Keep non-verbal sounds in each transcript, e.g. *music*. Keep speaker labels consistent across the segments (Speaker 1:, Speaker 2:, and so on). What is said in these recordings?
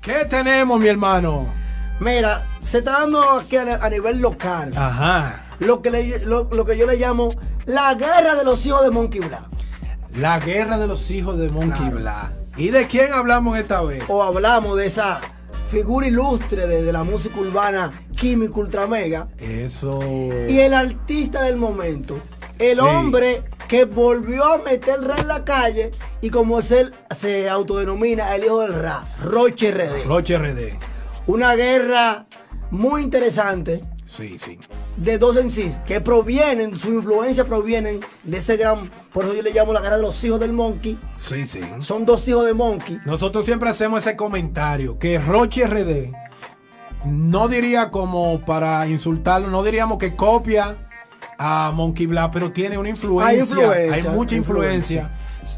Speaker 1: ¿Qué tenemos, mi hermano?
Speaker 2: Mira, se está dando aquí a, a nivel local
Speaker 1: Ah. Ajá.
Speaker 2: lo, que le- lo, lo que yo le llamo la guerra de los hijos de Monkey Black.
Speaker 1: La guerra de los hijos de Monkey
Speaker 2: Claro.
Speaker 1: Black. ¿Y de quién hablamos esta vez?
Speaker 2: O hablamos de esa figura ilustre de, de la música urbana, Químico Ultramega.
Speaker 1: Eso.
Speaker 2: Y el artista del momento, el
Speaker 1: Sí.
Speaker 2: hombre que volvió a meter rap en la calle y como es él se autodenomina el hijo del rap, Roche RD.
Speaker 1: Roche RD.
Speaker 2: Una guerra muy interesante
Speaker 1: Sí, sí.
Speaker 2: de dos en sí, que provienen, su influencia provienen de ese gran, por eso yo le llamo la guerra de los hijos del monkey.
Speaker 1: Sí, sí.
Speaker 2: Son dos hijos de monkey.
Speaker 1: Nosotros siempre hacemos ese comentario que Roche RD no diría como para insultarlo, no diríamos que copia a Monkey Black, pero tiene una influencia,
Speaker 2: Hay influencia,
Speaker 1: hay mucha influencia,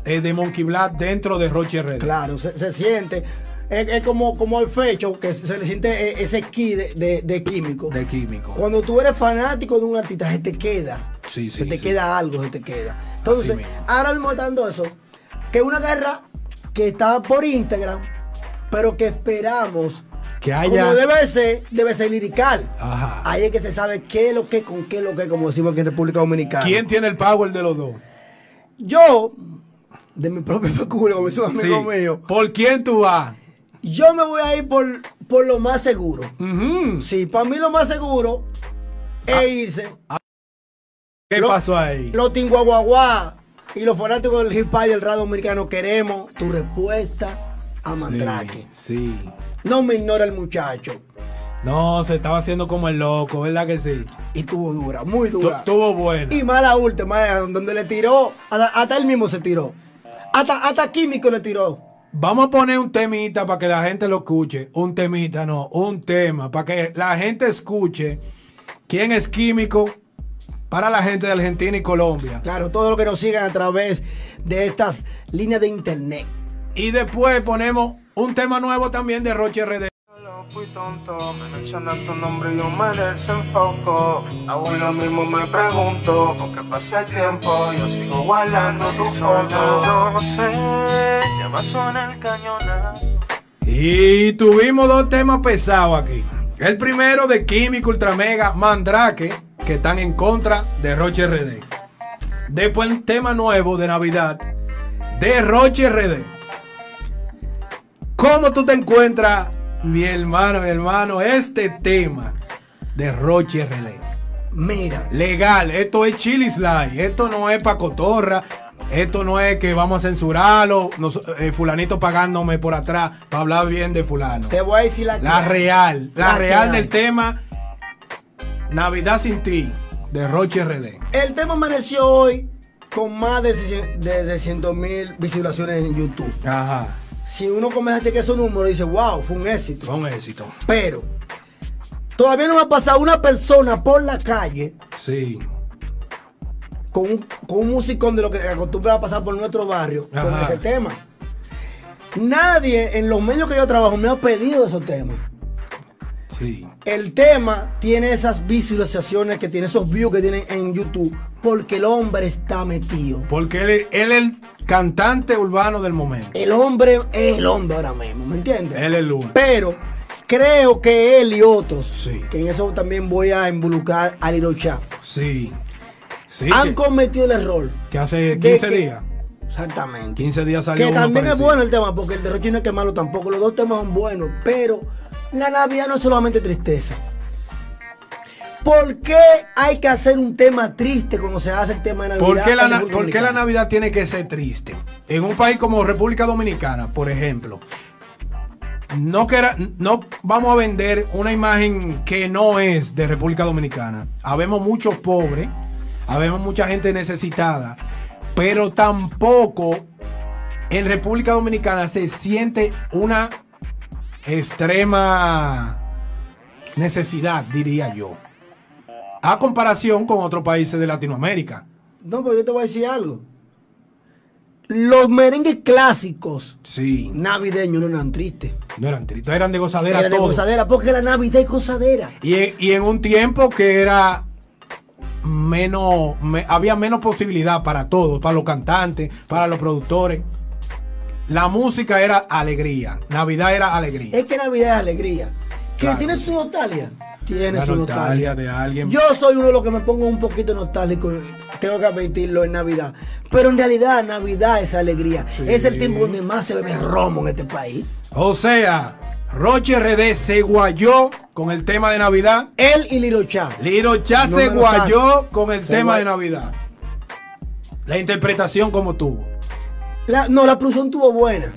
Speaker 1: eh, de Monkey Black dentro de Roche RD.
Speaker 2: Claro, se, se siente. Es, es como, como el fecho, que se le siente eh, ese ki de, de- de químico.
Speaker 1: De químico.
Speaker 2: Cuando tú eres fanático de un artista, se te queda.
Speaker 1: Sí, sí,
Speaker 2: Se te
Speaker 1: sí.
Speaker 2: queda algo, se te queda. Entonces,
Speaker 1: mismo.
Speaker 2: ahora mismo está dando eso, que es una guerra que está por Instagram, pero que esperamos.
Speaker 1: Que haya-
Speaker 2: Como debe ser, debe ser lirical.
Speaker 1: Ah, Ajá.
Speaker 2: Ahí es que se sabe qué es lo que, con qué es lo que, como decimos aquí en República Dominicana.
Speaker 1: ¿Quién tiene el power de los dos?
Speaker 2: Yo, de mi propio *laughs* peculio, como dice un amigo
Speaker 1: Sí.
Speaker 2: mío,
Speaker 1: ¿Por quién tú vas?
Speaker 2: yo me voy a ir por, por lo más seguro.
Speaker 1: Mm. Ujú.
Speaker 2: Sí, para mí lo más seguro es
Speaker 1: Ah.
Speaker 2: irse.
Speaker 1: ¿Qué
Speaker 2: Lo-
Speaker 1: pasó ahí?
Speaker 2: Los tinguaguaguá y los fanáticos del hip hop y del rap dominicano queremos tu respuesta a Mandrake.
Speaker 1: sí, sí.
Speaker 2: No me ignora el muchacho.
Speaker 1: No, se estaba haciendo como el loco, ¿verdad que sí?
Speaker 2: Y tuvo dura, muy
Speaker 1: Tu-
Speaker 2: dura.
Speaker 1: Tuvo bueno.
Speaker 2: Y mala última, eh, donde le tiró, hasta, hasta él mismo se tiró. Hasta, hasta Químico le tiró.
Speaker 1: Vamos a poner un temita para que la gente lo escuche. Un temita, no, un tema. Para que la gente escuche quién es químico para la gente de Argentina y Colombia.
Speaker 2: Claro, todo lo que nos sigan a través de estas líneas de internet.
Speaker 1: Y después ponemos un tema nuevo también de Roche RD.
Speaker 3: Solo fui tonto, mencionan tu nombre y yo me desenfoco. Aún lo mismo me pregunto, porque pasa el tiempo, yo sigo guardando tu foto.
Speaker 4: No sé, ya va a sonar el cañonazo.
Speaker 1: Y tuvimos dos temas pesados aquí. El primero de Químico Ultramega Mandrake, que están en contra de Roche RD. Después un tema nuevo de Navidad de Roche RD. ¿Cómo tú te encuentras, mi hermano, mi hermano, este tema de Roche RD?
Speaker 2: Mira,
Speaker 1: Legal, esto es Chili Slide, esto no es pa' cotorra, esto no es que vamos a censurarlo, nos- eh, fulanito pagándome por atrás para hablar bien de fulano.
Speaker 2: te voy a decir la
Speaker 1: La
Speaker 2: que-
Speaker 1: real, la,
Speaker 2: La que
Speaker 1: real
Speaker 2: hay.
Speaker 1: del tema Navidad sin ti de Roche RD.
Speaker 2: El tema amaneció hoy con más de 600 mil visualizaciones en YouTube.
Speaker 1: Ajá,
Speaker 2: Si uno comienza a chequear su número, dice, wow, fue un éxito.
Speaker 1: con éxito.
Speaker 2: Pero todavía no me ha pasado una persona por la calle
Speaker 1: Sí,
Speaker 2: con un, con un musicón de lo que acostumbra a pasar por nuestro barrio con
Speaker 1: Ajá.
Speaker 2: ese tema. Nadie en los medios que yo trabajo me ha pedido esos temas.
Speaker 1: sí.
Speaker 2: El tema tiene esas visualizaciones que tiene, esos views que tienen en YouTube, porque el hombre está metido.
Speaker 1: Porque él, es- él es el cantante urbano del momento.
Speaker 2: El hombre es el hombre ahora mismo, ¿me entiendes?
Speaker 1: Él es el uno.
Speaker 2: Pero creo que él y otros,
Speaker 1: Sí.
Speaker 2: que en eso también voy a involucrar a Lirocha,
Speaker 1: Sí, sí.
Speaker 2: han
Speaker 1: Que,
Speaker 2: cometido el error.
Speaker 1: que hace
Speaker 2: de
Speaker 1: 15
Speaker 2: que-
Speaker 1: días.
Speaker 2: Exactamente.
Speaker 1: 15 días salió
Speaker 2: que
Speaker 1: uno
Speaker 2: también es
Speaker 1: parecido.
Speaker 2: bueno el tema, porque el de Rochi no es que es malo tampoco. Los dos temas son buenos, pero la Navidad no es solamente tristeza. ¿Por qué hay que hacer un tema triste cuando se hace el tema de Navidad?
Speaker 1: ¿Por qué, la,
Speaker 2: en
Speaker 1: na-
Speaker 2: República
Speaker 1: por qué la
Speaker 2: Dominicana?
Speaker 1: Navidad tiene que ser triste? En un país como República Dominicana, por ejemplo, no, quera- no vamos a vender una imagen que no es de República Dominicana. Habemos muchos pobres, habemos mucha gente necesitada, pero tampoco en República Dominicana se siente una extrema necesidad, diría yo. A comparación con otros países de Latinoamérica.
Speaker 2: No, pero yo te voy a decir algo. Los merengues clásicos
Speaker 1: Sí.
Speaker 2: navideños no eran tristes.
Speaker 1: No eran tristes, eran de gozadera
Speaker 2: Era de
Speaker 1: todo.
Speaker 2: gozadera, porque la Navidad es gozadera.
Speaker 1: Y, en- y en un tiempo que era menos, me- había menos posibilidad para todos, para los cantantes, para los productores. la música era alegría. Navidad era alegría.
Speaker 2: Es que Navidad es alegría. Que
Speaker 1: Claro.
Speaker 2: tiene su nostalgia. Tiene
Speaker 1: La
Speaker 2: su
Speaker 1: nostalgia
Speaker 2: nostalgia.
Speaker 1: de alguien.
Speaker 2: Yo soy uno de los que me pongo un poquito nostálgico. Tengo que admitirlo en Navidad. Pero en realidad, Navidad es alegría.
Speaker 1: Sí.
Speaker 2: Es el tiempo donde más se bebe romo en este país.
Speaker 1: O sea, Roche RD se guayó con el tema de Navidad.
Speaker 2: Él y Lirocha.
Speaker 1: Liro ya
Speaker 2: No
Speaker 1: se
Speaker 2: me lo
Speaker 1: guayó
Speaker 2: saques.
Speaker 1: con el
Speaker 2: Se
Speaker 1: tema de
Speaker 2: guay-
Speaker 1: Navidad. La interpretación como tuvo.
Speaker 2: La- no, la producción tuvo buena.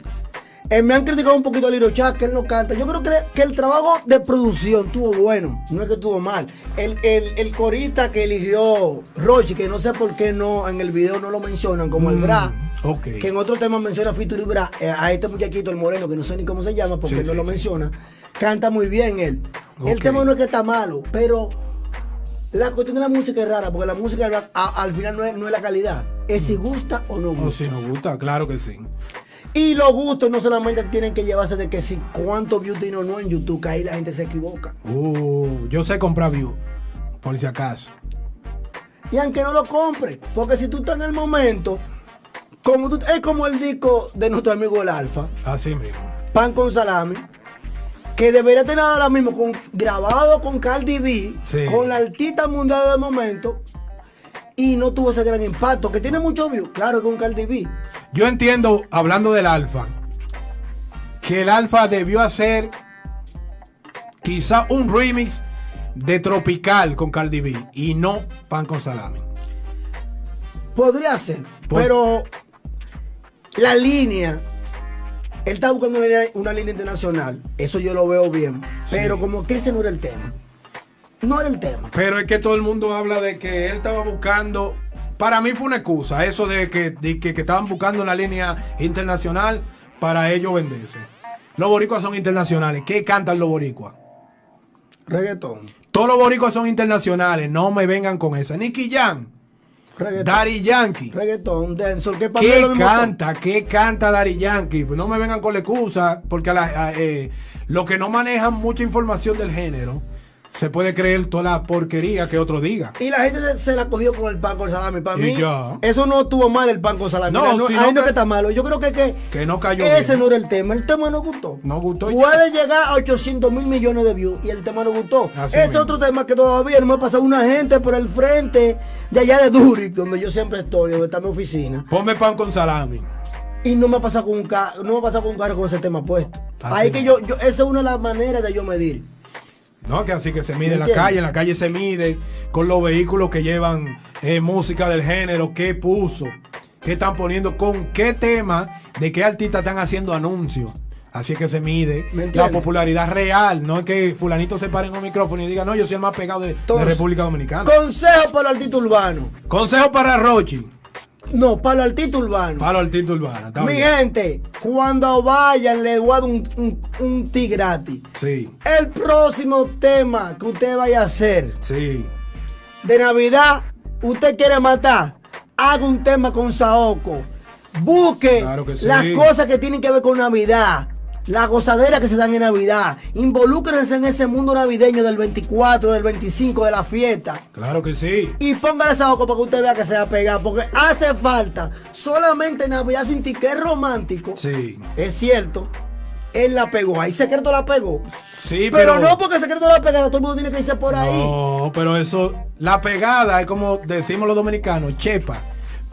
Speaker 2: Eh, me han criticado un poquito a Liro Chá, que él no canta. Yo creo que, que el trabajo de producción tuvo bueno, no es que estuvo mal. El, el- el corista que eligió Rochi, que no sé por qué no en el video no lo mencionan, como el Bra,
Speaker 1: Mm, ok.
Speaker 2: que en otro tema menciona a Fitur y Bra, eh, a este muchachito, el moreno, que no sé ni cómo se llama, porque
Speaker 1: Sí,
Speaker 2: no
Speaker 1: sí,
Speaker 2: lo
Speaker 1: sí.
Speaker 2: menciona, canta muy bien él. El
Speaker 1: Ok.
Speaker 2: tema no es que está malo, pero la cuestión de la música es rara, porque la música ra- a- al final no es, no es la calidad, es si gusta o no gusta.
Speaker 1: O Oh, si nos gusta, claro que sí.
Speaker 2: Y los gustos no solamente tienen que llevarse de que si cuánto view tiene o no en YouTube, que ahí la gente se equivoca.
Speaker 1: Uh, yo sé comprar view, por si acaso.
Speaker 2: Y aunque no lo compre, porque si tú estás en el momento, como tú- es como el disco de nuestro amigo el Alfa,
Speaker 1: Así mismo.
Speaker 2: Pan con Salami, que debería tener ahora mismo con, grabado con Cardi B,
Speaker 1: Sí.
Speaker 2: con la artista mundial del momento, y no tuvo ese gran impacto, que tiene mucho view, claro, con Cardi B.
Speaker 1: Yo entiendo, hablando del alfa, que el alfa debió hacer quizá un remix de Tropical con Cardi B y no Pan con Salami.
Speaker 2: Podría ser,
Speaker 1: Por-
Speaker 2: pero la línea, él está buscando una, línea- una línea internacional, eso yo lo veo bien, pero como que ese no era el tema. No era el tema.
Speaker 1: Pero es que todo el mundo habla de que él estaba buscando. Para mí fue una excusa eso de que, de que, que estaban buscando una línea internacional para ellos venderse. Los boricuas son internacionales. ¿Qué cantan los boricuas?
Speaker 2: Reggaetón.
Speaker 1: Todos los boricuas son internacionales. No me vengan con esa. Nicky Jam,
Speaker 2: Reggaetón.
Speaker 1: Daddy Yankee.
Speaker 2: Reggaetón, dancehall, que para mí es
Speaker 1: ¿Qué
Speaker 2: lo mismo
Speaker 1: canta? ¿Qué canta Dari Yankee? Pues No me vengan con la excusa, porque a la- a, eh, los que no manejan mucha información del género, se puede creer toda la porquería que otro diga.
Speaker 2: todo. Y la gente se, se la cogió con el pan con salami. Para
Speaker 1: Y
Speaker 2: mí,
Speaker 1: ya.
Speaker 2: eso no estuvo mal el pan con salami.
Speaker 1: No,
Speaker 2: Mira, No,
Speaker 1: sino
Speaker 2: ahí no
Speaker 1: que-
Speaker 2: que está malo. Yo creo que, que
Speaker 1: Que no cayó
Speaker 2: ese
Speaker 1: bien.
Speaker 2: no era el tema. El tema no gustó.
Speaker 1: No gustó.
Speaker 2: Puede llegar a 800 mil millones de views y el tema no gustó.
Speaker 1: Así
Speaker 2: Ese es
Speaker 1: mismo.
Speaker 2: otro tema que todavía no me ha pasado una gente por el frente de allá de Zurich, donde yo siempre estoy, donde está mi oficina.
Speaker 1: Ponme pan con salami.
Speaker 2: Y no me ha pasado con un carro, no me ha pasado con un carro con ese tema puesto.
Speaker 1: Así
Speaker 2: Ahí que
Speaker 1: mismo.
Speaker 2: yo, yo, esa es una de las maneras de yo medir.
Speaker 1: No, que así que se mide
Speaker 2: ¿Me
Speaker 1: en la
Speaker 2: entiendes?
Speaker 1: calle, en la calle se mide con los vehículos que llevan eh, música del género, qué puso, qué están poniendo, con qué tema, de qué artistas están haciendo anuncios. Así que se mide
Speaker 2: ¿Me entiendes?
Speaker 1: la popularidad real, no es que fulanito se pare en un micrófono y diga, no, yo soy el más pegado de, de
Speaker 2: Entonces,
Speaker 1: República Dominicana.
Speaker 2: Consejo para el artista urbano.
Speaker 1: Consejo para Rochi,
Speaker 2: No, para el artista urbano.
Speaker 1: para los artistas urbanos. está
Speaker 2: Mi
Speaker 1: bien.
Speaker 2: gente, cuando vayan, les voy a dar un, un, un ti gratis.
Speaker 1: Sí,
Speaker 2: El próximo tema que usted vaya a hacer
Speaker 1: sí.
Speaker 2: de Navidad, usted quiere matar, haga un tema con Saoco. Busque
Speaker 1: Claro que sí.
Speaker 2: las cosas que tienen que ver con Navidad, las gozaderas que se dan en Navidad. Involúcrense en ese mundo navideño del 24, del 25, de la fiesta.
Speaker 1: Claro que sí.
Speaker 2: Y póngale Saoco para que usted vea que se va a pegar, porque hace falta. Solamente Navidad sin ti, que es romántico.
Speaker 1: Sí.
Speaker 2: Es cierto, él la pegó. Ahí Secreto la pegó.
Speaker 1: Sí,
Speaker 2: pero,
Speaker 1: pero
Speaker 2: no porque Secreto la pegara, todo el mundo tiene que irse por ahí.
Speaker 1: No, pero eso, la pegada es como decimos los dominicanos, chepa.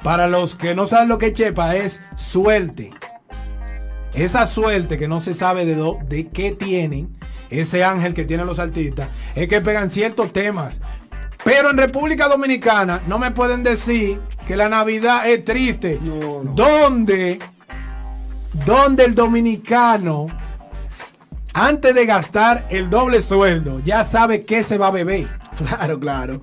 Speaker 1: Para los que no saben lo que es chepa, es suerte. Esa suerte que no se sabe de, dó- de qué tienen, ese ángel que tienen los artistas, es que pegan ciertos temas. Pero en República Dominicana no me pueden decir que la Navidad es triste.
Speaker 2: No, no.
Speaker 1: Donde, donde el dominicano antes de gastar el doble sueldo, ya sabe qué se va a beber.
Speaker 2: Claro, claro.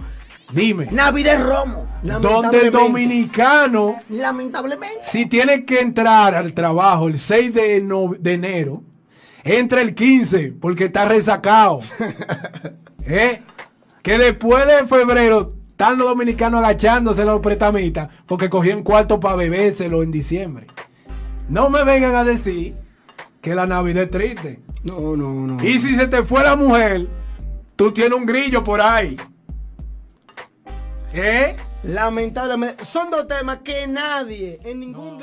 Speaker 1: Dime,
Speaker 2: Navidad es romo.
Speaker 1: ¿dónde el
Speaker 2: Lamentablemente.
Speaker 1: dominicano,
Speaker 2: Lamentablemente.
Speaker 1: si tiene que entrar al trabajo el 6 de, no- de enero, entra el 15 porque está resacado? ¿Eh? Que después de febrero están los dominicanos agachándose los pretamitas porque cogían cuarto para bebérselo en diciembre. No me vengan a decir que la Navidad es triste.
Speaker 2: No, no, no.
Speaker 1: Y si se te fue la mujer, tú tienes un grillo por ahí. ¿Eh?
Speaker 2: Lamentablemente. Son dos temas que nadie en ningún